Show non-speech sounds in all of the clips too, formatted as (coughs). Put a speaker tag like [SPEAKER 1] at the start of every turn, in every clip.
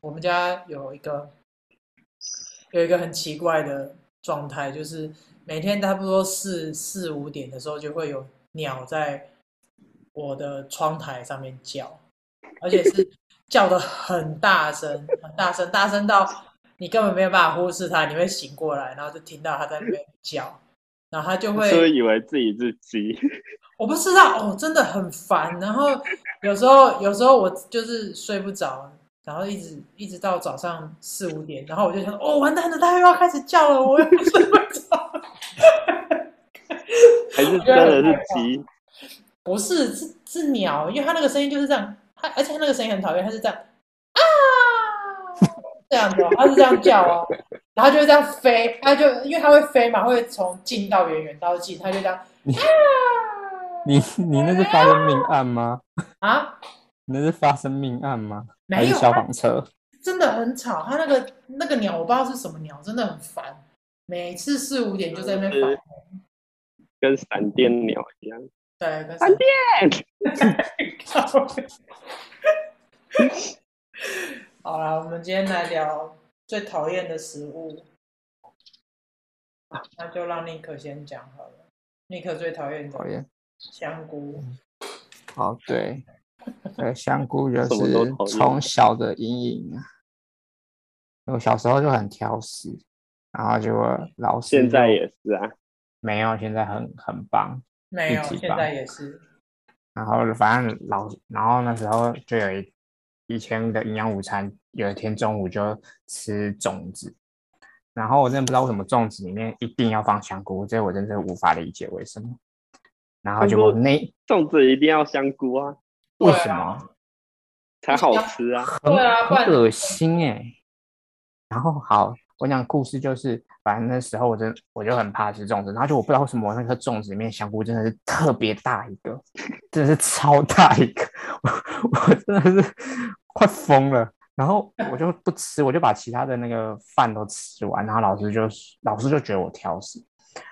[SPEAKER 1] 我们家有一个有一个很奇怪的状态，就是每天差不多四四五点的时候，就会有鸟在我的窗台上面叫，而且是叫的很大声，很大声，大声到你根本没有办法忽视它，你会醒过来，然后就听到它在那边叫，然后它就会
[SPEAKER 2] 是不是以为自己是鸡？
[SPEAKER 1] 我不知道哦，真的很烦。然后有时候，有时候我就是睡不着，然后一直一直到早上四五点，然后我就想，哦，完蛋了，它又要开始叫了，我又睡不着。 (laughs)
[SPEAKER 2] 还是真的是鸡？
[SPEAKER 1] 不是，是是鸟，因为它那个声音就是这样，它而且它那个声音很讨厌，它是这样啊这样子、哦，它是这样叫哦，然后就会这样飞，它就因为它会飞嘛，会从近到远，远到近，它就这样啊
[SPEAKER 3] 你你那是发生命案吗？
[SPEAKER 1] 啊。
[SPEAKER 3] 你那是发生命案吗？还
[SPEAKER 1] 没
[SPEAKER 3] 是
[SPEAKER 1] 有，啊
[SPEAKER 3] 消
[SPEAKER 1] 它
[SPEAKER 3] 防车？
[SPEAKER 1] 真的很吵。它那个那个鸟，我不知道是什么鸟，真的很烦。每次四五点就在那边
[SPEAKER 2] 就是
[SPEAKER 1] 烦。
[SPEAKER 2] 跟闪电鸟一样，
[SPEAKER 1] 对，跟
[SPEAKER 2] 闪电。
[SPEAKER 1] 电。 (laughs) 好啦，我们今天来聊最讨厌的食物，那就让尼克先讲好了。尼克最讨厌
[SPEAKER 3] 讨
[SPEAKER 1] 的
[SPEAKER 3] 厌。嗯
[SPEAKER 1] 香菇，
[SPEAKER 3] 哦，对，呃，香菇就
[SPEAKER 2] 什么都讨
[SPEAKER 3] 是
[SPEAKER 2] 厌
[SPEAKER 3] 从小的阴影啊。我小时候就很挑食，然后结果老师
[SPEAKER 2] 现在
[SPEAKER 3] 就
[SPEAKER 2] 也是啊，
[SPEAKER 3] 没有，现在很很棒。
[SPEAKER 1] 没有，
[SPEAKER 3] 一级
[SPEAKER 1] 现
[SPEAKER 3] 棒
[SPEAKER 1] 在也是。
[SPEAKER 3] 然后反正老，然后那时候就有一以前的营养午餐，有一天中午就吃粽子，然后我真的不知道为什么粽子里面一定要放香菇，这我真的无法理解为什么。然后
[SPEAKER 2] 香
[SPEAKER 3] 结果
[SPEAKER 2] 菇
[SPEAKER 3] 那
[SPEAKER 2] 粽子一定要香菇啊，
[SPEAKER 3] 为
[SPEAKER 1] 对
[SPEAKER 3] 什
[SPEAKER 1] 啊
[SPEAKER 3] 么？
[SPEAKER 2] 才好
[SPEAKER 1] (laughs)
[SPEAKER 2] 吃啊。
[SPEAKER 3] 很
[SPEAKER 1] 对啊不然
[SPEAKER 3] 很恶心哎、然后好，我讲故事就是，反正那时候我真我就很怕吃粽子，然后就我不知道为什么我那颗粽子里面香菇真的是特别大一个，真的是超大一个，我我真的是快疯了。然后我就不吃，我就把其他的那个饭都吃完，然后老师就老师就觉得我挑食，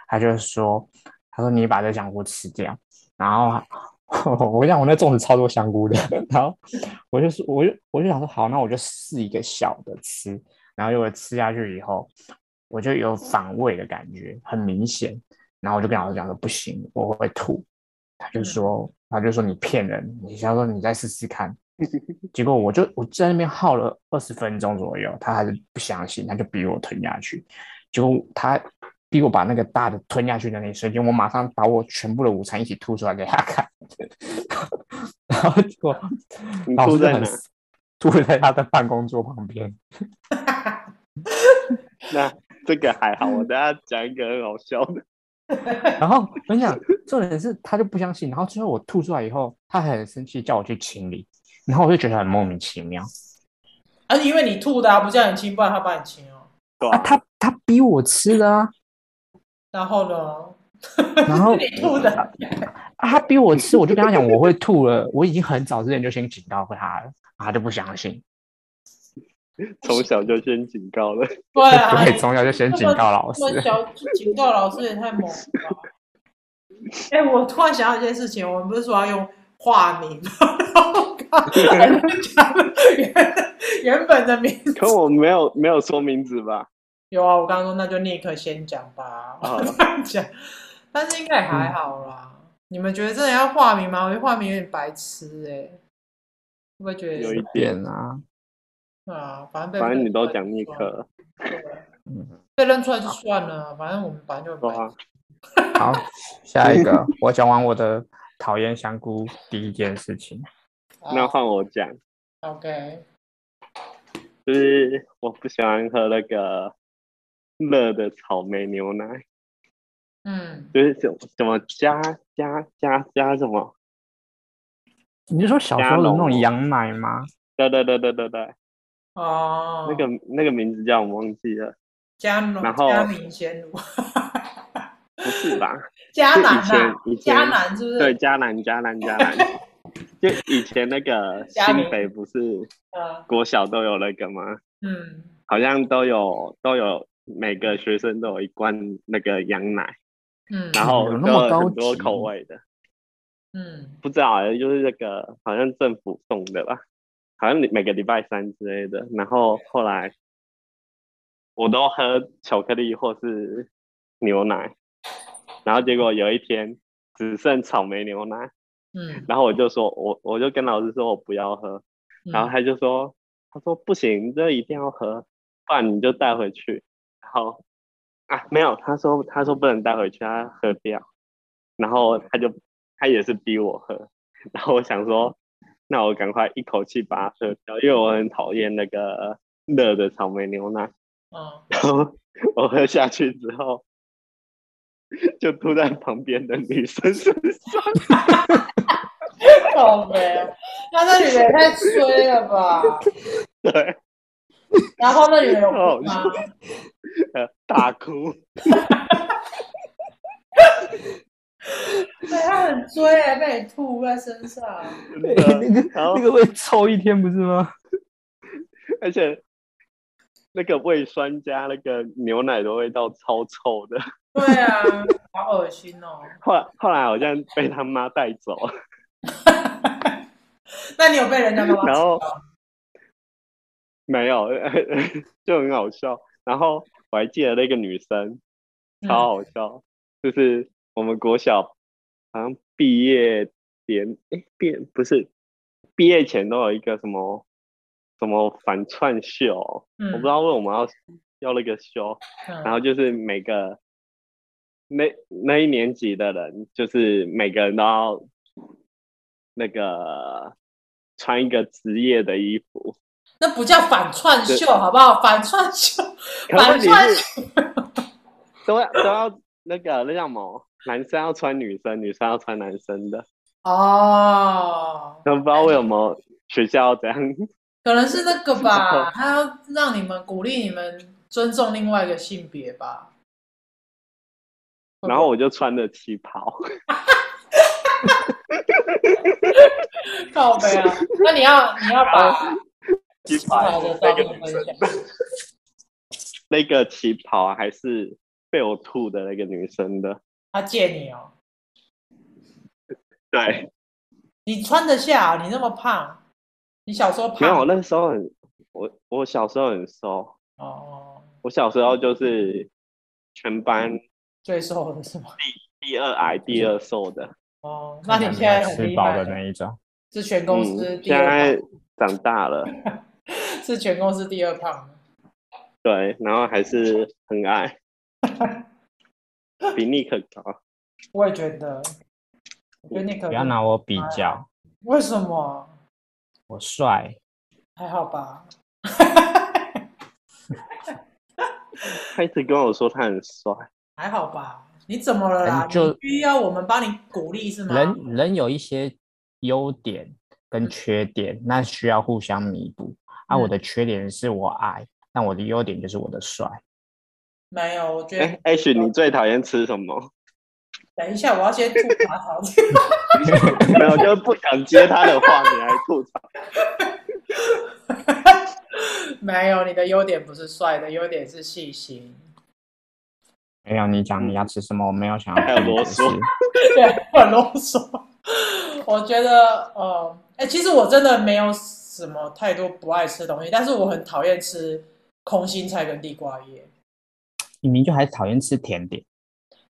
[SPEAKER 3] 他就说他说你把这香菇吃掉，然后 (laughs) 我想我那粽子超多香菇的，然后我就说我就我就想说好，那我就试一个小的吃，然后结果吃下去以后，我就有反胃的感觉，很明显，然后我就跟老师讲说不行，我会吐，他就
[SPEAKER 1] 嗯
[SPEAKER 3] 说他就说你骗人，你他说你再试试看，结果我就我在那边耗了二十分钟左右，他还是不相信，他就逼我吞下去。结果他逼我把那个大的吞下去的那一瞬间，我马上把我全部的午餐一起吐出来给他看， (laughs) 然后结果
[SPEAKER 2] 你
[SPEAKER 3] 老
[SPEAKER 2] 吐
[SPEAKER 3] 师就
[SPEAKER 2] 在
[SPEAKER 3] 很
[SPEAKER 2] 哪？
[SPEAKER 3] (laughs) 吐在他的办公桌旁边。
[SPEAKER 2] 那这个还好，我等一下讲一个很好笑
[SPEAKER 1] (laughs)
[SPEAKER 2] 的。
[SPEAKER 3] 然后我跟你讲，重点是他就不相信，然后最后我吐出来以后，他还很生气，叫我去清理，然后我就觉得很莫名其妙。
[SPEAKER 1] 啊，因为你吐的、啊，不叫你亲，不然他帮你亲哦。
[SPEAKER 2] 对
[SPEAKER 3] 啊，
[SPEAKER 2] 啊，
[SPEAKER 3] 他他逼我吃的啊，
[SPEAKER 1] 然后呢？
[SPEAKER 3] 然后
[SPEAKER 1] (laughs) 你吐的。
[SPEAKER 3] 啊，他逼我吃，我就跟他讲我会吐了，我已经很早之前就先警告过他了，啊他就不相信，
[SPEAKER 2] 从小就先警告了， (laughs)
[SPEAKER 1] 对啊，
[SPEAKER 3] 对，从小就先警告老师
[SPEAKER 1] 那。么小警告老师也太猛了吧！哎、我突然想到一件事情，我们不是说要用化名吗？ (laughs) 然后刚才讲了原原本的名字
[SPEAKER 2] 可我没有没有说名字吧？
[SPEAKER 1] 有啊，我刚刚说那就立刻先讲吧，
[SPEAKER 2] 啊
[SPEAKER 1] 这样讲，但是应该也还好啦。你们觉得真的要化名吗？我觉得化名有点白痴哎、会不会觉得
[SPEAKER 2] 有一点，
[SPEAKER 3] 点啊，
[SPEAKER 1] 啊？反正被
[SPEAKER 2] 反正你
[SPEAKER 1] 认
[SPEAKER 2] 都
[SPEAKER 1] 出来就
[SPEAKER 2] 讲尼
[SPEAKER 1] 算
[SPEAKER 2] 克
[SPEAKER 1] 了，
[SPEAKER 2] 了，
[SPEAKER 1] 对
[SPEAKER 3] 嗯，
[SPEAKER 1] 被认出来就算了，反正我们本来就很
[SPEAKER 2] 对
[SPEAKER 1] 白痴
[SPEAKER 2] 啊，
[SPEAKER 3] 好，下一
[SPEAKER 1] (laughs)
[SPEAKER 3] 个，我讲完我的讨厌香菇第一件事情，
[SPEAKER 1] 啊
[SPEAKER 2] 那换我讲，
[SPEAKER 1] OK，
[SPEAKER 2] 就是我不喜欢喝那个热的草莓牛奶。
[SPEAKER 1] 嗯，
[SPEAKER 2] 就是怎么怎么加加加加什么？
[SPEAKER 3] 你是说小时候的那种羊奶吗？
[SPEAKER 2] 对对对对对对，
[SPEAKER 1] 哦，
[SPEAKER 2] 那个那个名字叫我忘记了，
[SPEAKER 1] 加浓
[SPEAKER 2] 然后
[SPEAKER 1] 加明鲜
[SPEAKER 2] (laughs)
[SPEAKER 1] 乳，
[SPEAKER 2] 不是吧？
[SPEAKER 1] 加南啊
[SPEAKER 2] 就以前以，前
[SPEAKER 1] 加南是不是？
[SPEAKER 2] 对，，迦南迦南迦南，就以前那个
[SPEAKER 1] (laughs) 嘉明
[SPEAKER 2] 新北不是
[SPEAKER 1] 嗯
[SPEAKER 2] 国小都有那个吗？
[SPEAKER 1] 嗯，
[SPEAKER 2] 好像都有都有每个学生都有一罐那个羊奶，
[SPEAKER 1] 嗯
[SPEAKER 2] 然后
[SPEAKER 3] 有
[SPEAKER 2] 都
[SPEAKER 3] 那么
[SPEAKER 2] 有
[SPEAKER 3] 高
[SPEAKER 2] 很多
[SPEAKER 3] 级
[SPEAKER 2] 口味的，
[SPEAKER 1] 嗯
[SPEAKER 2] 不知道、欸、就是那个好像政府送的吧？好像每个礼拜三之类的。然后后来我都喝巧克力或是牛奶，然后结果有一天只剩草莓牛奶，
[SPEAKER 1] 嗯，
[SPEAKER 2] 然后我就说我我就跟老师说我不要喝，然
[SPEAKER 1] 嗯
[SPEAKER 2] 后他就说他说不行，这一定要喝，不然你就带回去。然后啊没有，他说他说不能带回去，他喝掉。然后他就他也是逼我喝，然后我想说，那我赶快一口气把它喝掉，因为我很讨厌那个热的草莓牛奶。 (laughs)
[SPEAKER 1] 嗯，
[SPEAKER 2] 然后我喝下去之后，就吐在旁边的女生身上。
[SPEAKER 1] 倒霉啊，那那女的也太衰了吧？
[SPEAKER 2] 对，
[SPEAKER 1] 然后那女的有哭吗
[SPEAKER 2] 好？呃大哭。
[SPEAKER 1] 对，她很追，还被你吐在身上。
[SPEAKER 2] 真的
[SPEAKER 3] 那个
[SPEAKER 2] 然后
[SPEAKER 3] 那个会臭一天不
[SPEAKER 1] (laughs)
[SPEAKER 3] 是吗？
[SPEAKER 2] 而且那个胃酸加那个牛奶的味道超臭的。
[SPEAKER 1] 对啊，好恶心哦。
[SPEAKER 2] 后来后来好像被他妈带走，
[SPEAKER 1] 那你有被人家妈妈
[SPEAKER 2] 然后
[SPEAKER 1] 知道
[SPEAKER 2] 没有， (laughs) 就很好笑。然后我还记得那个女生
[SPEAKER 1] 嗯
[SPEAKER 2] 超好笑，就是我们国小好像毕业典，哎，毕业不是毕业前都有一个什么什么反串秀，
[SPEAKER 1] 嗯，
[SPEAKER 2] 我
[SPEAKER 1] 我
[SPEAKER 2] 不知道为什么要要那个秀，然后就是每个那那一年级的人，就是每个人都要那个穿一个职业的衣服。
[SPEAKER 1] 那不叫反串秀，好不好？反串秀，
[SPEAKER 2] 可
[SPEAKER 1] 反
[SPEAKER 2] 是你
[SPEAKER 1] 串
[SPEAKER 2] 是
[SPEAKER 1] 秀，
[SPEAKER 2] 都要都要那个那叫什么？男生要穿女生，女生要穿男生的。
[SPEAKER 1] 哦，
[SPEAKER 2] 都不知道为什么学校怎样，
[SPEAKER 1] 可能是那个
[SPEAKER 2] 然
[SPEAKER 1] 吧
[SPEAKER 2] 后，
[SPEAKER 1] 他要让你们鼓励你们尊重另外一个性别 (laughs) 吧。会不会
[SPEAKER 2] 然后我就穿着旗袍。
[SPEAKER 1] 靠背啊，那你要你要把
[SPEAKER 2] 旗
[SPEAKER 1] 好
[SPEAKER 2] 袍
[SPEAKER 1] 的照
[SPEAKER 2] 那个
[SPEAKER 1] 片
[SPEAKER 2] 女
[SPEAKER 1] 分
[SPEAKER 2] 生，
[SPEAKER 1] 享，
[SPEAKER 2] 那个旗袍还是被我吐的那个女生的。
[SPEAKER 1] 他借你哦，
[SPEAKER 2] 对，
[SPEAKER 1] 你穿得下啊？你那么胖，你小时候
[SPEAKER 2] 没有，
[SPEAKER 1] 胖
[SPEAKER 2] 我那时候很，我我小时候很瘦，
[SPEAKER 1] 哦，
[SPEAKER 2] 我小时候就是全班
[SPEAKER 1] 最瘦的是吗？
[SPEAKER 2] 第二矮、第二瘦的。
[SPEAKER 1] 哦，那你现在很
[SPEAKER 3] 吃
[SPEAKER 1] 厉
[SPEAKER 3] 饱
[SPEAKER 1] 害
[SPEAKER 3] 的，那一种，
[SPEAKER 1] 是全公
[SPEAKER 2] 嗯，
[SPEAKER 1] 司第
[SPEAKER 2] 现
[SPEAKER 1] 二胖
[SPEAKER 2] 在长大了，
[SPEAKER 1] 是全公司第二胖，
[SPEAKER 2] 对，然后还是很矮，
[SPEAKER 1] (laughs)
[SPEAKER 2] 比你可高。
[SPEAKER 1] 我也觉得，我觉得你可
[SPEAKER 3] 不要拿我比较，
[SPEAKER 1] 为什么？嗯
[SPEAKER 3] 我帅。
[SPEAKER 1] 还好吧，
[SPEAKER 2] 他一直跟我说他很帅，
[SPEAKER 1] 还好吧。你怎么了啦？
[SPEAKER 3] 人就
[SPEAKER 1] 你需要我们帮你鼓励是吗？
[SPEAKER 3] 人人有一些优点跟缺点，那需要互相弥补。啊，我
[SPEAKER 1] 嗯
[SPEAKER 3] 的缺点是我矮，但我的优点就是我的帅。
[SPEAKER 1] 没有，我觉得、
[SPEAKER 2] 哎、a s h 你最讨厌吃什么？
[SPEAKER 1] 等一下我要先吐槽槽。 (laughs)
[SPEAKER 2] 没有，就是不想接他的话，你还吐槽。
[SPEAKER 1] 没有，你的优点不是帅的，优点是细心。 (laughs)
[SPEAKER 3] 没有，你讲你
[SPEAKER 1] 嗯
[SPEAKER 3] 要吃什么，我没有想要
[SPEAKER 2] 还有
[SPEAKER 3] 听你
[SPEAKER 2] 啰
[SPEAKER 3] 解
[SPEAKER 2] 嗦
[SPEAKER 3] 释
[SPEAKER 1] 对，很啰嗦。我觉得，呃，哎、其实我真的没有什么太多不爱吃的东西，但是我很讨厌吃空心菜跟地瓜叶。
[SPEAKER 3] 你明明就还讨厌吃甜点，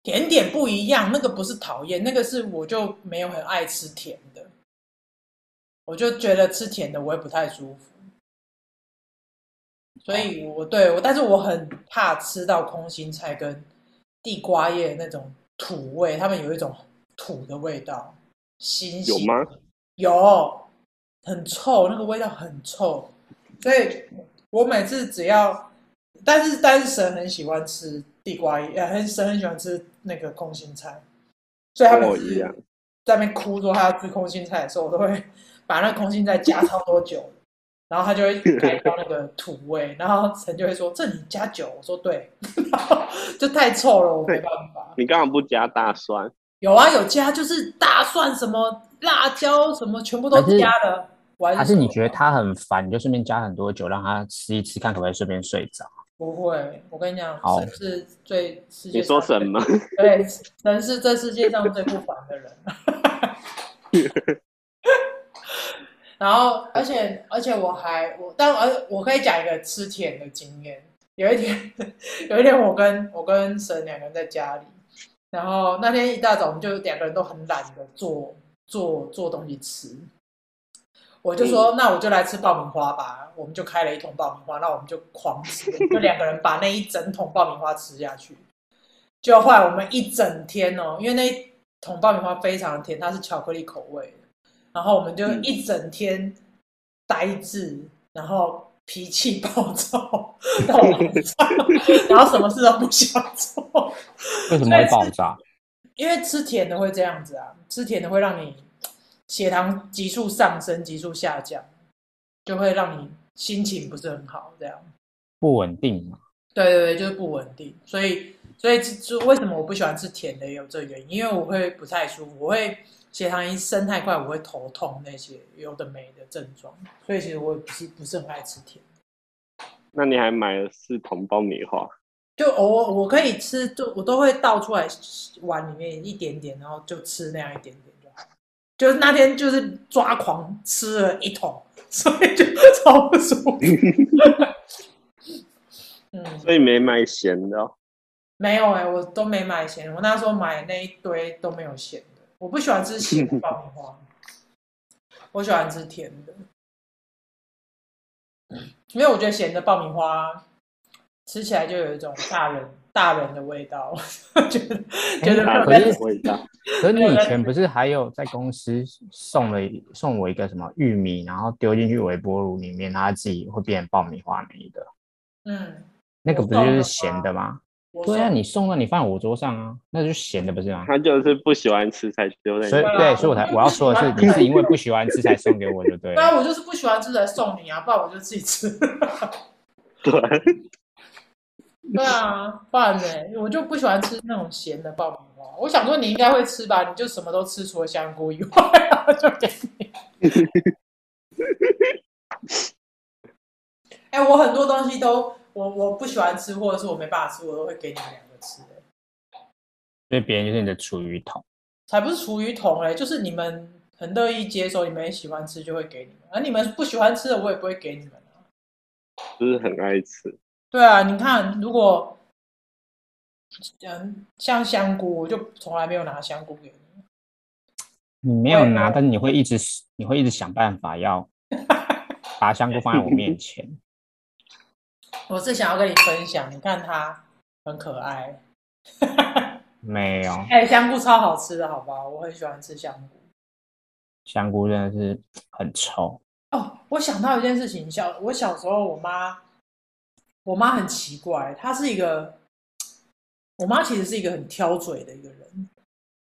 [SPEAKER 1] 甜点不一样，那个不是讨厌，那个是我就没有很爱吃甜的，我就觉得吃甜的我也不太舒服，所以
[SPEAKER 2] 哦
[SPEAKER 1] 我对我，但是我很怕吃到空心菜跟地瓜叶那种土味，他们有一种土的味道，新
[SPEAKER 2] 有
[SPEAKER 1] 鲜
[SPEAKER 2] 吗？
[SPEAKER 1] 有，很臭，那个味道很臭，所以我每次只要，但是但是神很喜欢吃地瓜叶，呃，很神很喜欢吃那个空心菜，所以他
[SPEAKER 2] 跟
[SPEAKER 1] 每
[SPEAKER 2] 我
[SPEAKER 1] 次
[SPEAKER 2] 一样。
[SPEAKER 1] 在那边哭说他要吃空心菜的时候，我都会把那个空心菜加超多酒，然后他就会盖掉那个土味，然后神就会说这你加酒，我说对， (laughs) 然后就太臭了，我没办法。
[SPEAKER 2] 你干嘛不加大蒜？
[SPEAKER 1] 有啊，有加，就是大蒜、什么辣椒、什么全部都加了。我还
[SPEAKER 3] 还是你觉得
[SPEAKER 1] 受
[SPEAKER 3] 他很烦，你就顺便加很多酒让他吃一吃，看可不可以顺便睡着。
[SPEAKER 1] 不会？我跟你讲，
[SPEAKER 3] 好
[SPEAKER 1] 神是最世界
[SPEAKER 2] 你说
[SPEAKER 1] 上
[SPEAKER 2] 什么？ (laughs)
[SPEAKER 1] 对，神是这世界上最不凡的人。 (laughs) 然后，而且而且我还我，但而我可以讲一个吃甜的经验。有一天，有一天我跟我跟神两个人在家里，然后那天一大早我们就两个人都很懒得做做做东西吃。我就说，那我就来吃爆米花吧。我们就开了一桶爆米花，那我们就狂吃，就两个人把那一整桶爆米花吃下去。就后来我们一整天哦，因为那一桶爆米花非常甜，它是巧克力口味的。然后我们就
[SPEAKER 2] 嗯
[SPEAKER 1] 一整天呆滞，然后脾气暴躁到晚上， (laughs) 然后什么事都不想做。
[SPEAKER 3] 为什么会爆炸？
[SPEAKER 1] 因为吃甜的会这样子啊，吃甜的会让你血糖急速上升、急速下降，就会让你心情不是很好，这样。
[SPEAKER 3] 不稳定嘛。
[SPEAKER 1] 对对对，就是不稳定，所以所以就为什么我不喜欢吃甜的也有这个原因，因为我会不太舒服，我会血糖一升太快，我会头痛那些有的没的症状，所以其实我也不是不是很爱吃甜，
[SPEAKER 2] 那你还买了四桶爆米花，
[SPEAKER 1] 就偶尔我可以吃，就我都会倒出来碗里面一点点，然后就吃那样一点点就好。就是那天就是抓狂吃了一桶，所以就超不舒服。嗯。
[SPEAKER 2] 所以没买咸的、哦。
[SPEAKER 1] 没有哎、我都没买咸的。我那时候买那一堆都没有咸的。我不喜欢吃咸的爆米花，我喜欢吃甜的。因为我觉得咸的爆米花吃起来就有一种大人大人的味道， (laughs) 觉得觉得没
[SPEAKER 2] 大
[SPEAKER 1] 有
[SPEAKER 3] 哎可
[SPEAKER 1] 在
[SPEAKER 2] 人的
[SPEAKER 3] 是
[SPEAKER 2] 味道，
[SPEAKER 3] 可是你以前不是还有在公司送了一送我一个什么玉米，然后丢进去微波炉里面，然后它自己会变成爆米花那一个，
[SPEAKER 1] 嗯，
[SPEAKER 3] 那个
[SPEAKER 1] 我
[SPEAKER 3] 不就
[SPEAKER 1] 送
[SPEAKER 3] 是
[SPEAKER 1] 的
[SPEAKER 3] 咸的吗？
[SPEAKER 1] 我
[SPEAKER 3] 对啊，
[SPEAKER 1] 说
[SPEAKER 3] 你送了你放在我桌上啊，那就是咸的不是吗？
[SPEAKER 2] 他就是不喜欢吃才丢在
[SPEAKER 3] 所以
[SPEAKER 2] 你
[SPEAKER 1] 对啊
[SPEAKER 3] 对，所以我才
[SPEAKER 1] 我
[SPEAKER 3] 我要说的是，
[SPEAKER 1] 不喜
[SPEAKER 3] 你
[SPEAKER 1] 欢
[SPEAKER 3] 是因为不喜欢吃才送给我
[SPEAKER 1] (laughs)
[SPEAKER 3] 就对
[SPEAKER 1] 对啊，
[SPEAKER 3] 了。
[SPEAKER 1] 我就是不喜欢吃的送你啊，不然我就自己吃。
[SPEAKER 2] 对，
[SPEAKER 1] (laughs) 对啊，不然呢、我就不喜欢吃那种咸的爆米花。我想说你应该会吃吧，你就什么都吃，除了香菇以外，然后 (laughs) 就给你。哎、我很多东西都我我不喜欢吃，或者是我没办法吃，我都会给你们两个吃、欸。
[SPEAKER 3] 所以别人就是你的厨余桶。
[SPEAKER 1] 才不是厨余桶哎、就是你们很乐意接受，你们也喜欢吃就会给你们，而、你们不喜欢吃的我也不会给你们啊。
[SPEAKER 2] 就是很爱吃。
[SPEAKER 1] 对啊，你看，如果嗯，像香菇，我就从来没有拿香菇给你。
[SPEAKER 3] 你没有拿，但是你会一直你会一直想办法要把香菇放在我面前。
[SPEAKER 1] 我是想要跟你分享，你看它很可爱。
[SPEAKER 3] 没有，
[SPEAKER 1] 哎、香菇超好吃的，好不好？我很喜欢吃香菇。
[SPEAKER 3] 香菇真的是很臭。
[SPEAKER 1] 哦，我想到一件事情，小我小时候，我妈，我妈很奇怪，她是一个，我妈其实是一个很挑嘴的一个人，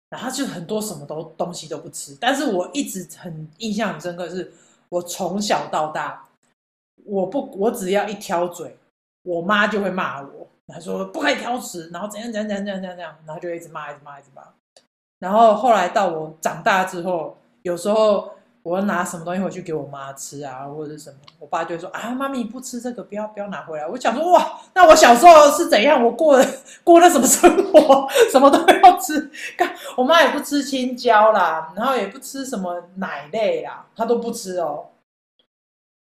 [SPEAKER 1] 然后她就很多什么都东西都不吃，但是我一直很印象很深刻是，我从小到大，我不我只要一挑嘴，我妈就会骂我，她说不可以挑食，然后怎样怎样怎样怎样怎样怎样，然后就一直骂，一直骂，一直骂。然后后来到我长大之后，有时候我会拿什么东西回去给我妈吃啊，或者是什么，我爸就会说啊，妈咪不吃这个，不要不要拿回来。我想说哇，那我小时候是怎样？我过了过了什么生活， (laughs) 什么都要吃。看我妈也不吃青椒啦，然后也不吃什么奶类啦，她都不吃哦。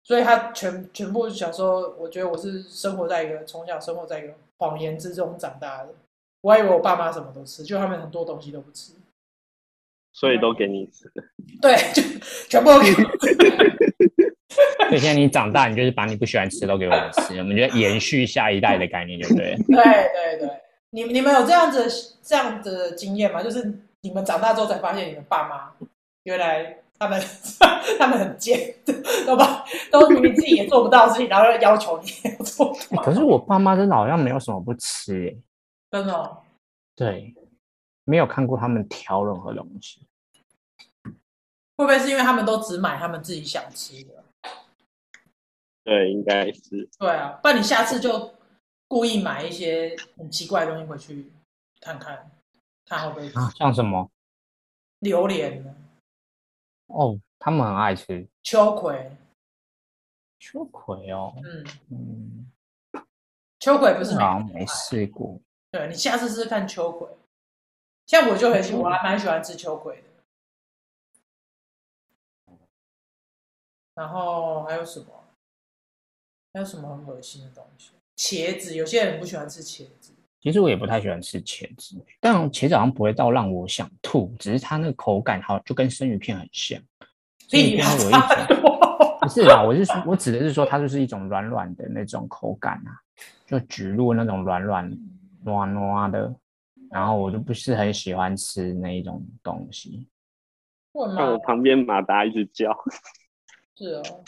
[SPEAKER 1] 所以她全全部小时候，我觉得我是生活在一个从小生活在一个谎言之中长大的。我还以为我爸妈什么都吃，就他们很多东西都不吃。
[SPEAKER 2] 所以都给你吃。
[SPEAKER 1] 对，就全部都给我
[SPEAKER 3] 所以现在你长大，你就是把你不喜欢吃都给我们吃，我们就延续下一代的概念，对不 (laughs) 对了？
[SPEAKER 1] 对对对，你你们有这样子这样子的经验吗？就是你们长大之后才发现，你们爸妈原来他们 (laughs) 他们很贱，都把 (laughs) 都明明自己也做不到的事情，然后又要求你要做，
[SPEAKER 3] 哎 (laughs) 可是我爸妈真的好像没有什么不吃、耶。
[SPEAKER 1] 真的哦。
[SPEAKER 3] 对，没有看过他们挑任何东西。
[SPEAKER 1] 会不会是因为他们都只买他们自己想吃的？
[SPEAKER 2] 对，应该是。
[SPEAKER 1] 对啊，不然你下次就故意买一些很奇怪的东西回去看看，看会不会
[SPEAKER 3] 像什么？
[SPEAKER 1] 榴莲呢、
[SPEAKER 3] 哦，他们很爱吃
[SPEAKER 1] 秋葵，
[SPEAKER 3] 秋葵哦。
[SPEAKER 1] 嗯，
[SPEAKER 3] 嗯，
[SPEAKER 1] 秋葵不是
[SPEAKER 3] 好
[SPEAKER 1] 每个
[SPEAKER 3] 像没试过。
[SPEAKER 1] 对你下次试试看秋葵，像我就很喜，我还蛮喜欢吃秋葵的。然后还有什么？还有什么很恶心的东西？茄子，有些人不喜欢吃茄子。
[SPEAKER 3] 其实我也不太喜欢吃茄子，但茄子好像不会到让我想吐，只是它那个口感好就跟生鱼片很像。生
[SPEAKER 1] 屁
[SPEAKER 3] 鱼片
[SPEAKER 1] 呀，
[SPEAKER 3] 有一
[SPEAKER 1] 差
[SPEAKER 3] 种
[SPEAKER 1] 很多。
[SPEAKER 3] 不是啦，我是说我指的是说它就是一种软软的那种口感啊，就橘露那种软软糯糯的，然后我就不是很喜欢吃那一种东西。
[SPEAKER 1] 我的妈
[SPEAKER 2] 看我
[SPEAKER 1] 呀，
[SPEAKER 2] 旁边马达一直叫，
[SPEAKER 3] 嗯
[SPEAKER 1] 是哦，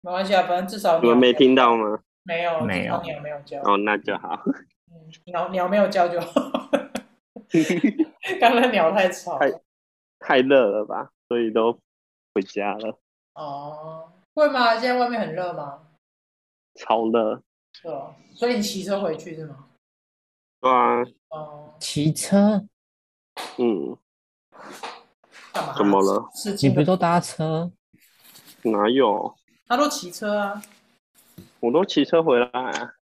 [SPEAKER 1] 没关系啊，反正至少
[SPEAKER 2] 你
[SPEAKER 1] 鸟
[SPEAKER 2] 们没听到吗？
[SPEAKER 1] 没有，
[SPEAKER 3] 没有
[SPEAKER 1] 至少鸟没有叫，
[SPEAKER 2] 哦，那就好， (laughs)
[SPEAKER 1] 嗯鸟鸟没有叫就好。刚才鸟太吵了。
[SPEAKER 2] 太热了吧，所以都回家了，
[SPEAKER 1] 哦，会吗？现在外面很热吗？
[SPEAKER 2] 超热。
[SPEAKER 1] 对哦，所以你骑车回去是吗？
[SPEAKER 2] 对啊，
[SPEAKER 1] 哦，
[SPEAKER 3] 骑车？
[SPEAKER 2] 嗯，
[SPEAKER 1] 干嘛？
[SPEAKER 2] 怎么？了？
[SPEAKER 1] 事
[SPEAKER 3] 你
[SPEAKER 1] 情
[SPEAKER 3] 不是都搭车？
[SPEAKER 2] 哪有？
[SPEAKER 1] 他都骑车啊。
[SPEAKER 2] 我都骑车回来、啊。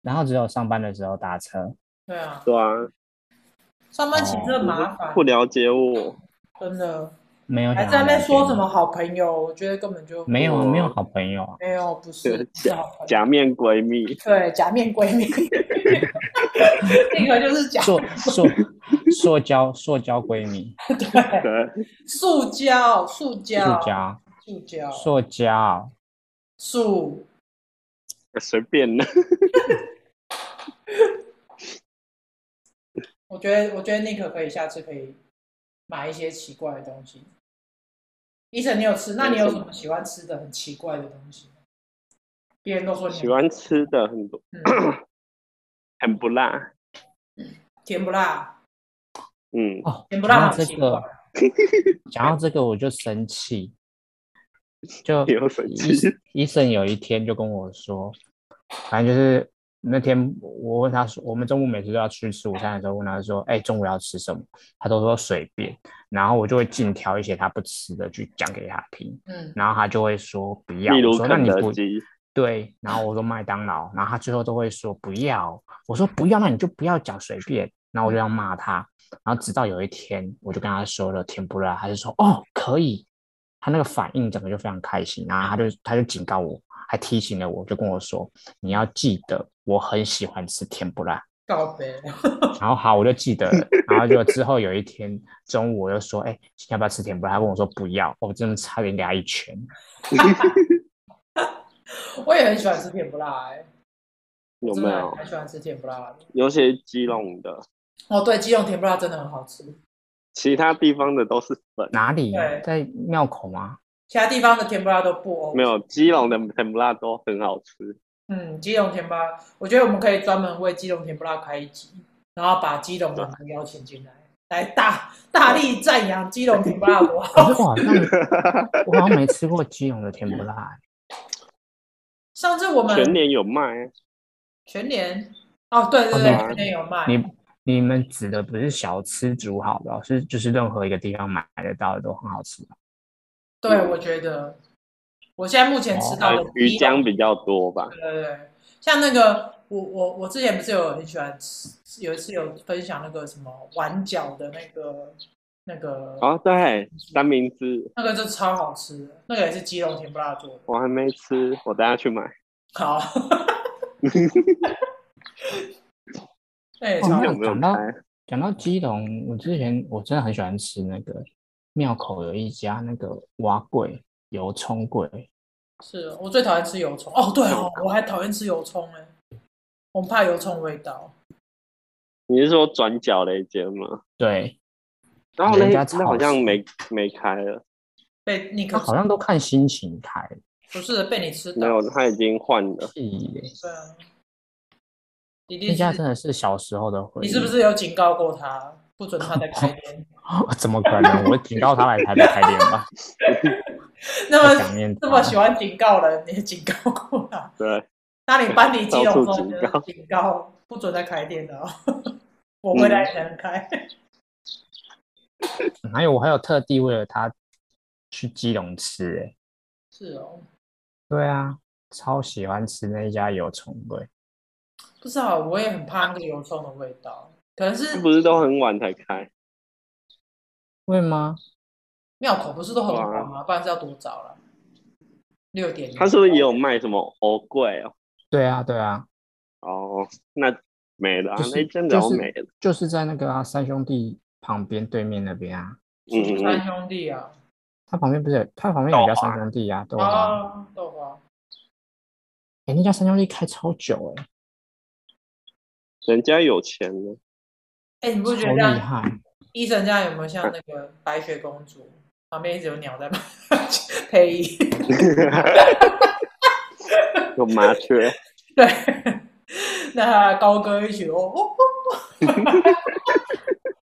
[SPEAKER 3] 然后只有上班的时候搭车？
[SPEAKER 1] 对啊，
[SPEAKER 2] 对啊，
[SPEAKER 1] 上班骑
[SPEAKER 3] 哦
[SPEAKER 1] 车很麻烦，
[SPEAKER 2] 不了解我，
[SPEAKER 1] 真的。
[SPEAKER 3] 没有
[SPEAKER 1] 还
[SPEAKER 3] 想
[SPEAKER 1] 在
[SPEAKER 3] 要
[SPEAKER 1] 那边
[SPEAKER 3] 了
[SPEAKER 1] 说
[SPEAKER 3] 解
[SPEAKER 1] 什
[SPEAKER 3] 你
[SPEAKER 1] 么好朋友？我觉得根本就
[SPEAKER 3] 没有啊，
[SPEAKER 2] 我
[SPEAKER 3] 没有好朋友啊。
[SPEAKER 1] 没有，不是不是好朋友。
[SPEAKER 2] 假面闺蜜。
[SPEAKER 1] 对，假面闺
[SPEAKER 3] (laughs)
[SPEAKER 1] 蜜，那个就是假
[SPEAKER 3] 塑塑塑胶塑胶闺蜜，
[SPEAKER 1] 对，
[SPEAKER 2] 对，
[SPEAKER 1] 塑胶，塑胶，
[SPEAKER 3] 塑，胶
[SPEAKER 1] 塑胶，
[SPEAKER 3] 塑胶，
[SPEAKER 1] 塑
[SPEAKER 2] 随便
[SPEAKER 3] 嗯
[SPEAKER 2] 的。
[SPEAKER 1] 我觉得，我觉得那个可以，下次可以买一些奇怪的东西。医生，你有吃？那你有什么喜欢吃的很奇怪的东西吗？别人都说你
[SPEAKER 2] 喜欢吃的很多，
[SPEAKER 1] 嗯、
[SPEAKER 2] 很不辣。
[SPEAKER 1] 甜不辣，
[SPEAKER 2] 嗯，
[SPEAKER 3] 哦。
[SPEAKER 1] 甜不
[SPEAKER 3] 讲
[SPEAKER 1] 辣
[SPEAKER 3] 到
[SPEAKER 1] 很
[SPEAKER 3] 这
[SPEAKER 1] 奇怪。
[SPEAKER 3] 个，讲到这个我就生气，就
[SPEAKER 2] 也有神
[SPEAKER 3] 医
[SPEAKER 2] 奇。
[SPEAKER 3] 医生有一天就跟我说，反正就是那天我问他说，我们中午每次都要去吃午餐的时候，问他说，哎、中午要吃什么？他都说随便，然后我就会尽挑一些他不吃的去讲给他听，
[SPEAKER 1] 嗯，
[SPEAKER 3] 然后他就会说不要，
[SPEAKER 2] 例
[SPEAKER 3] 我
[SPEAKER 2] 如
[SPEAKER 3] 说那
[SPEAKER 2] 肯
[SPEAKER 3] 你
[SPEAKER 2] 德
[SPEAKER 3] 不
[SPEAKER 2] 基，
[SPEAKER 3] 对，然后我说麦当劳，然后他最后都会说不要，我说不要，那你就不要讲随便，然后我就要骂他，然后直到有一天我就跟他说了甜不辣，他就说哦可以，他那个反应整个就非常开心，然后他就他就警告我，还提醒了我，就跟我说你要记得我很喜欢吃甜不辣，
[SPEAKER 1] 告白。 (laughs)
[SPEAKER 3] 然后好我就记得了，然后就之后有一天中午我就说哎要不要吃甜不辣，他跟我说不要，我真的差点给他一拳，
[SPEAKER 1] 我也很喜欢吃甜不辣、欸，
[SPEAKER 2] 有
[SPEAKER 1] 真
[SPEAKER 2] 没
[SPEAKER 1] 的
[SPEAKER 3] 啊
[SPEAKER 2] 有？
[SPEAKER 1] 很喜欢吃甜不辣的。
[SPEAKER 2] 有些基隆的，
[SPEAKER 1] 哦，对，基隆甜不辣真的很好吃，
[SPEAKER 2] 其他地方的都是粉，
[SPEAKER 3] 哪里
[SPEAKER 1] 对
[SPEAKER 3] 在庙口吗？
[SPEAKER 1] 其他地方的甜不辣都不 OK。
[SPEAKER 2] 没有基隆的甜不辣都很好吃。
[SPEAKER 1] 嗯，基隆甜不辣，我觉得我们可以专门为基隆甜不辣开一集，然后把基隆人都邀请进来，来
[SPEAKER 2] (laughs)
[SPEAKER 1] 大大力赞扬基隆甜不辣多好。
[SPEAKER 3] 可是我好像我好像没吃过基隆的甜不辣欸、
[SPEAKER 1] (laughs) 上次我们
[SPEAKER 2] 全年有卖啊，
[SPEAKER 1] 全年哦，对对对，
[SPEAKER 3] 哦
[SPEAKER 1] 全年有卖，
[SPEAKER 3] 你你们指的不是小吃煮好的哦、是就是任何一个地方买得到的都很好吃哦吧。
[SPEAKER 1] 对我觉得，我现在目前吃到的
[SPEAKER 2] 呃鱼
[SPEAKER 1] 基隆
[SPEAKER 2] 浆比较多吧？
[SPEAKER 1] 对对对，像那个我我我之前不是有很喜欢吃，有一次有分享那个什么碗饺的那个那个、
[SPEAKER 2] 哦，对，三明治
[SPEAKER 1] 那个就超好吃的，那个也是基隆甜不辣做的。
[SPEAKER 2] 我还没吃，我等下去买。
[SPEAKER 1] 好，那也
[SPEAKER 3] 哦
[SPEAKER 1] 超
[SPEAKER 3] 那
[SPEAKER 2] 有没有
[SPEAKER 3] 讲到
[SPEAKER 2] 开？
[SPEAKER 3] 讲到基隆，我之前我真的很喜欢吃那个庙口有一家那个蛙桂油葱桂，
[SPEAKER 1] 是我最讨厌吃油葱哦，对哦，我还讨厌吃油葱哎，我很怕油葱味道。
[SPEAKER 2] 你是说转角那一间吗？
[SPEAKER 3] 对，
[SPEAKER 2] 然后那
[SPEAKER 3] 人家
[SPEAKER 2] 那好像
[SPEAKER 3] 炒
[SPEAKER 2] 没没开了，
[SPEAKER 1] 被你可
[SPEAKER 3] 它好像都看心情开。
[SPEAKER 1] 不是被你吃
[SPEAKER 2] 没
[SPEAKER 1] 到，
[SPEAKER 2] 有，他已经换了。
[SPEAKER 3] 屁耶
[SPEAKER 1] 对啊。弟弟
[SPEAKER 3] 那家
[SPEAKER 1] 是，
[SPEAKER 3] 真的是小时候的回忆。
[SPEAKER 1] 你是不是有警告过他，不准他再开店？
[SPEAKER 3] (laughs)
[SPEAKER 1] (laughs)
[SPEAKER 3] 怎么可能？我警告他来台北开店吧，
[SPEAKER 1] 那
[SPEAKER 3] 太
[SPEAKER 1] 么
[SPEAKER 3] 想念
[SPEAKER 1] 这
[SPEAKER 3] 他
[SPEAKER 1] 么
[SPEAKER 2] 啊
[SPEAKER 3] 了
[SPEAKER 1] 喜欢警告人，你也警告过他？
[SPEAKER 2] (laughs) 对，
[SPEAKER 1] 那你搬离基隆之后，
[SPEAKER 2] 到处警告
[SPEAKER 1] 就是警告不准再开店的
[SPEAKER 2] (laughs)
[SPEAKER 1] 哦。我回来才能开。
[SPEAKER 2] 嗯
[SPEAKER 3] 还有我还有特地为了他去基隆吃、欸，
[SPEAKER 1] 是哦，
[SPEAKER 3] 对啊，超喜欢吃那一家油葱龟，
[SPEAKER 1] 不知道，我也很怕那个油葱的味道。可能是
[SPEAKER 2] 是不是都很晚才开？
[SPEAKER 3] 会吗？
[SPEAKER 1] 庙口不是都很晚吗？不然是要多早了。六点零。
[SPEAKER 2] 他是不是也有卖什么欧贵哦？
[SPEAKER 3] 对啊，对啊，
[SPEAKER 2] 哦，那没了啊，
[SPEAKER 3] 就是
[SPEAKER 2] 那一间早
[SPEAKER 3] 就是
[SPEAKER 2] 没了。
[SPEAKER 3] 就是在那个啊三兄弟旁边对面那边啊，
[SPEAKER 2] 嗯嗯嗯
[SPEAKER 1] 三兄弟啊，
[SPEAKER 3] 他旁边不是有他旁边有一家
[SPEAKER 2] 豆花
[SPEAKER 3] 三兄弟啊，对啊，
[SPEAKER 1] 啊，豆花，
[SPEAKER 3] 哎、那家三兄弟开超久哎、
[SPEAKER 2] 人家有钱呢。
[SPEAKER 1] 哎，你不觉得
[SPEAKER 3] 超
[SPEAKER 1] 这
[SPEAKER 3] 厉
[SPEAKER 1] 样
[SPEAKER 3] 害，
[SPEAKER 1] 医生家有没有像那个白雪公主旁边一直有鸟在 (laughs) 配音？
[SPEAKER 2] (laughs) 有麻雀，
[SPEAKER 1] 对， (laughs) 那他高歌一曲哦哦哦， (laughs) 哦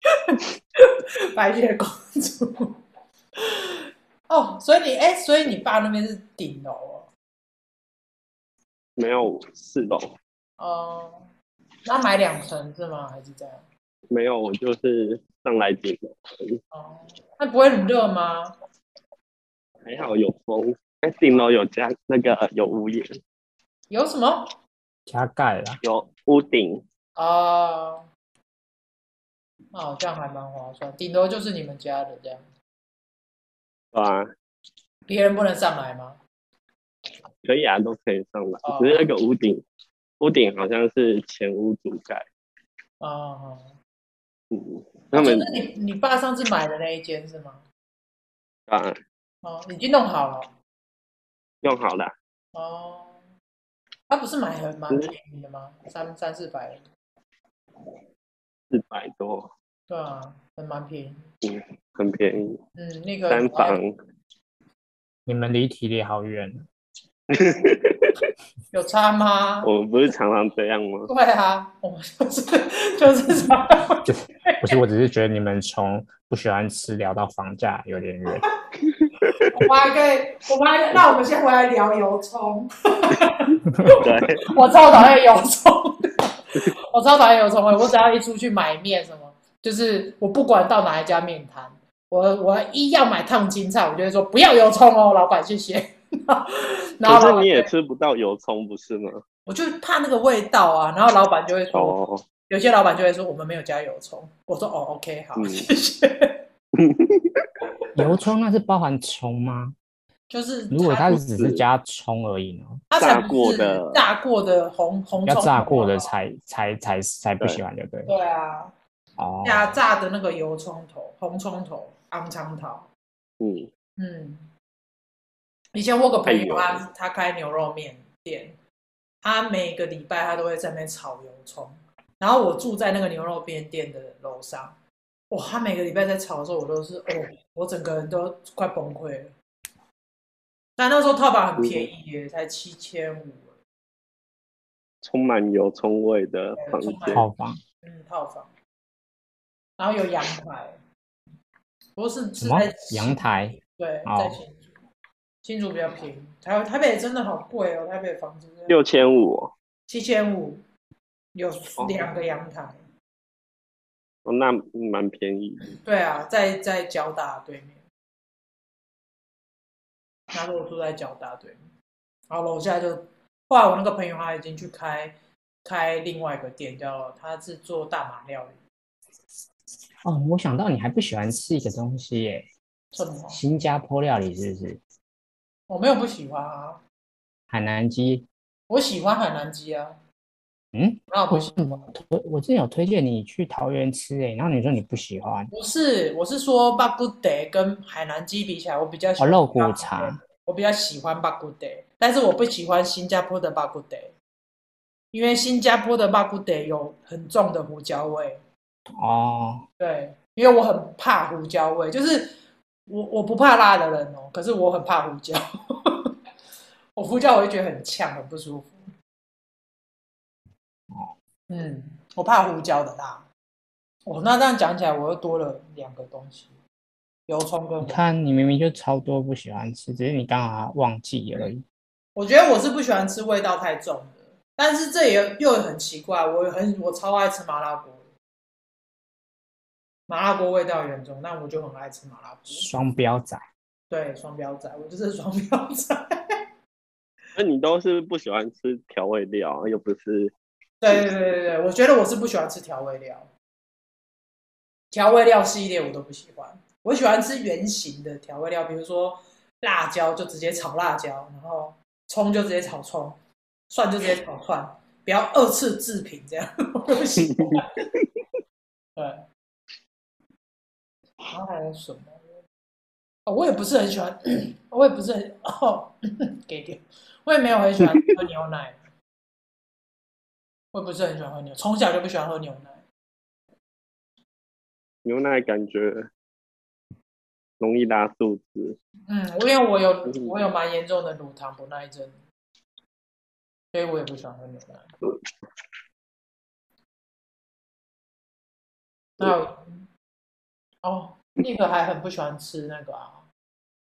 [SPEAKER 1] 白雪公主。哦，所以你哎，所以你爸那边是顶楼哦。
[SPEAKER 2] 没有四楼，
[SPEAKER 1] 哦，那买两层是吗？还是这样？
[SPEAKER 2] 没有，我就是上来几楼而已，
[SPEAKER 1] 哦，那不会很热吗？
[SPEAKER 2] 还好有风。哎，顶楼有加那个有屋檐，
[SPEAKER 1] 有什么？
[SPEAKER 3] 加盖啦，
[SPEAKER 2] 有屋顶，
[SPEAKER 1] 哦，哦，这样还蛮划算，顶多就是你们家的这样，
[SPEAKER 2] 对吧、
[SPEAKER 1] 别人不能上来吗？
[SPEAKER 2] 可以啊，都可以上来
[SPEAKER 1] 哦，
[SPEAKER 2] 只是那个屋顶，屋顶好像是前屋主盖，
[SPEAKER 1] 哦，
[SPEAKER 2] 嗯，他们
[SPEAKER 1] 就是你你爸上次买的那一间是吗？
[SPEAKER 2] 啊
[SPEAKER 1] 哦，已经弄好了。
[SPEAKER 2] 用好了，
[SPEAKER 1] 哦，他不是买很
[SPEAKER 2] 嗯
[SPEAKER 1] 蛮便宜的吗？三三四百，
[SPEAKER 2] 四百多，
[SPEAKER 1] 对啊，很蛮便宜。
[SPEAKER 2] 很便宜，
[SPEAKER 1] 嗯，那个
[SPEAKER 2] 三房，
[SPEAKER 3] 你们离体力好远，
[SPEAKER 1] 有差吗？
[SPEAKER 2] 我们不是常常这样吗？
[SPEAKER 1] 对啊，我们就是就是 (laughs) 差。
[SPEAKER 3] 不是，我只是觉得你们从不喜欢吃聊到房价有点
[SPEAKER 1] (laughs)
[SPEAKER 3] 远，
[SPEAKER 1] 我们还可以，我们还那我们先回来聊油葱。哦
[SPEAKER 2] 对， (laughs)
[SPEAKER 1] 我超讨厌油葱， (laughs) 我超讨厌油葱味。我只要一出去买面什么，就是我不管到哪一家面摊，我我一要买烫青菜，我就会说不要油葱哦，老板谢谢。 (laughs) 然后老
[SPEAKER 2] 可是
[SPEAKER 1] 板
[SPEAKER 2] 你也吃不到油葱，不是吗？
[SPEAKER 1] 我就怕那个味道啊，然后老板就会说，
[SPEAKER 2] 哦，
[SPEAKER 1] 有些老板就会说我们没有加油葱。我说哦，OK，好，
[SPEAKER 2] 嗯
[SPEAKER 1] 谢谢。
[SPEAKER 3] 油葱那是包含葱吗？
[SPEAKER 1] 就是
[SPEAKER 3] 如果它
[SPEAKER 1] 它
[SPEAKER 3] 只是加葱而已呢？
[SPEAKER 1] 它才不
[SPEAKER 2] 炸过
[SPEAKER 1] 是
[SPEAKER 2] 的
[SPEAKER 1] 炸过的红红
[SPEAKER 3] 要
[SPEAKER 1] 葱哦
[SPEAKER 3] 炸过的才才才才不喜欢，对不对？
[SPEAKER 1] 对啊，
[SPEAKER 3] 哦，
[SPEAKER 1] 压榨的那个油葱头、红葱头、昂葱头。
[SPEAKER 2] 嗯，
[SPEAKER 1] 嗯，以前我有个朋友
[SPEAKER 2] 哎
[SPEAKER 1] 他，
[SPEAKER 2] 呦
[SPEAKER 1] 他开牛肉面店，他每个礼拜他都会在那边炒油葱。然后我住在那个牛肉面店的楼上，哇，他每个礼拜在炒的时候，我都是哦，我整个人都快崩溃了。但那时候套房很便宜耶，才七千五，
[SPEAKER 2] 充满油葱味的
[SPEAKER 1] 对
[SPEAKER 2] 房
[SPEAKER 1] 充满
[SPEAKER 2] 间，
[SPEAKER 3] 套房
[SPEAKER 1] 嗯，套房，然后有阳台，不过是
[SPEAKER 3] 什
[SPEAKER 1] 是
[SPEAKER 3] 么
[SPEAKER 1] 在
[SPEAKER 3] 阳台？
[SPEAKER 1] 对，
[SPEAKER 3] 哦
[SPEAKER 1] 在新竹，新竹比较便宜。台台北真的好贵哦，台北房子
[SPEAKER 2] 六千五，
[SPEAKER 1] 七千五，有两个阳台。
[SPEAKER 2] 哦那蛮便宜的。
[SPEAKER 1] 对啊，在在交大对面。然后我住在交大对面，然后楼下就，后来我那个朋友他已经去开开另外一个店，叫他是做大麻料理，
[SPEAKER 3] 哦，我想到你还不喜欢吃一个东西耶，
[SPEAKER 1] 什么？
[SPEAKER 3] 新加坡料理是不是？
[SPEAKER 1] 我没有不喜欢啊，
[SPEAKER 3] 海南鸡，
[SPEAKER 1] 我喜欢海南鸡啊，
[SPEAKER 3] 嗯，
[SPEAKER 1] 那我不
[SPEAKER 3] 我
[SPEAKER 1] 喜
[SPEAKER 3] 是我推我之前有推荐你去桃园吃诶，然后你说你不喜欢，
[SPEAKER 1] 不是，我是说巴古德跟海南鸡比起来，我比较喜
[SPEAKER 3] 哦，
[SPEAKER 1] 欢
[SPEAKER 3] 肉骨
[SPEAKER 1] 巴
[SPEAKER 3] 茶，
[SPEAKER 1] 我比较喜欢巴古德，但是我不喜欢新加坡的巴古德，因为新加坡的巴古德有很重的胡椒味。
[SPEAKER 3] 哦，
[SPEAKER 1] 对，因为我很怕胡椒味，就是我我不怕辣的人哦，可是我很怕胡椒， (laughs) 我胡椒我会觉得很呛，很不舒服。嗯，我怕胡椒的辣。哦，那这样讲起来，我又多了两个东西，油葱跟胡
[SPEAKER 3] 你看你明明就超多不喜欢吃，只是你刚好忘记而已。
[SPEAKER 1] 我觉得我是不喜欢吃味道太重的，但是这也又很奇怪，我很我超爱吃麻辣锅，麻辣锅味道也很重，但我就很爱吃麻辣锅。
[SPEAKER 3] 双标仔，
[SPEAKER 1] 对，双标仔，我就是双标仔。
[SPEAKER 2] 那你都是不喜欢吃调味料，又不是
[SPEAKER 1] 对对对对对，我觉得我是不喜欢吃调味料，调味料系列我都不喜欢，我喜欢吃圆形的调味料，比如说辣椒就直接炒辣椒，然后葱就直接炒葱，蒜就直接炒蒜，不要二次制品这样， (laughs) 我不喜欢。对，然后还有什么？哦，我也不是很喜欢， (coughs) 我也不是很 (coughs) 哦，给点，我也没有很喜欢喝牛奶，我也不是很喜欢喝牛，从小就不喜欢喝牛奶。
[SPEAKER 2] 牛奶感觉容易拉肚子，
[SPEAKER 1] 嗯，我因为我有我有蛮严重的乳糖不耐症，所以我也不喜欢喝牛奶。那我哦，那个还很不喜欢吃那个啊，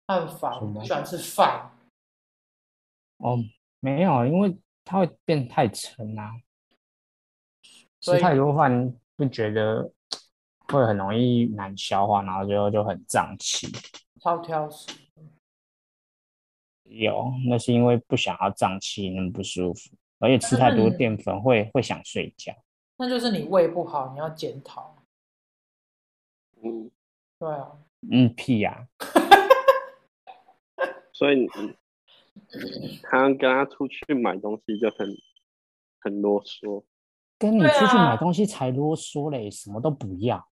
[SPEAKER 1] 他很
[SPEAKER 3] 什
[SPEAKER 1] 烦，
[SPEAKER 3] 么
[SPEAKER 1] 不喜欢吃饭。
[SPEAKER 3] 哦，没有，因为它会变太沉啊，
[SPEAKER 1] 所
[SPEAKER 3] 吃
[SPEAKER 1] 以
[SPEAKER 3] 太多饭不觉得会很容易难消化，然后最后就很胀气。
[SPEAKER 1] 超挑食。
[SPEAKER 3] 有，那是因为不想要胀气，那么不舒服，而且吃太多
[SPEAKER 1] 嗯
[SPEAKER 3] 淀粉会会想睡觉。
[SPEAKER 1] 那就是你胃不好，你要检讨。
[SPEAKER 2] 嗯，
[SPEAKER 1] 对啊，
[SPEAKER 3] 嗯，屁呀、
[SPEAKER 2] 所以你他跟他出去买东西就很很啰嗦，
[SPEAKER 3] 跟你
[SPEAKER 1] 对
[SPEAKER 3] 出去
[SPEAKER 1] 啊
[SPEAKER 3] 买东西才啰嗦嘞，什么都不要，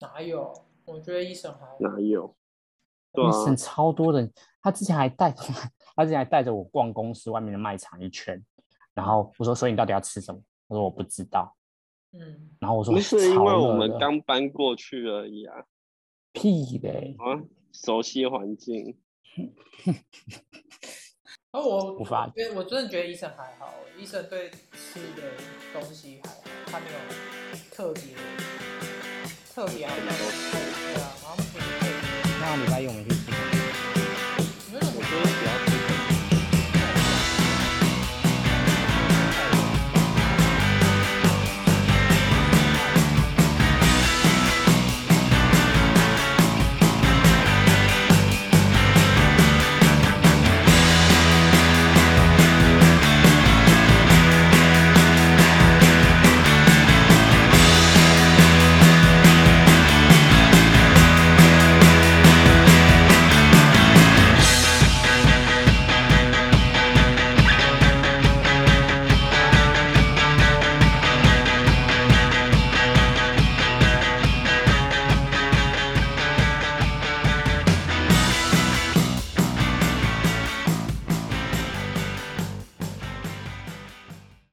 [SPEAKER 1] 哪有？我觉得医生还
[SPEAKER 2] 哪有？对
[SPEAKER 3] 医生
[SPEAKER 2] 啊，
[SPEAKER 3] 超多人，他之前还带他之前还带着我逛公司外面的卖场一圈，然后我说，所以你到底要吃什么？他说我不知道，
[SPEAKER 1] 嗯，
[SPEAKER 3] 然后我说
[SPEAKER 2] 不是因
[SPEAKER 3] 超
[SPEAKER 2] 为我
[SPEAKER 3] 热
[SPEAKER 2] 们
[SPEAKER 3] 的
[SPEAKER 2] 刚搬过去而已啊，
[SPEAKER 3] 屁嘞，
[SPEAKER 2] 啊，熟悉环境，
[SPEAKER 1] 而我
[SPEAKER 3] 无法
[SPEAKER 1] 我觉得我真的觉得医生还好，医生对吃的东西还好，他没有特别特别好像
[SPEAKER 2] 很啰嗦
[SPEAKER 1] 对啊，好像不是特别。
[SPEAKER 2] 嗯
[SPEAKER 3] 那礼拜一我们去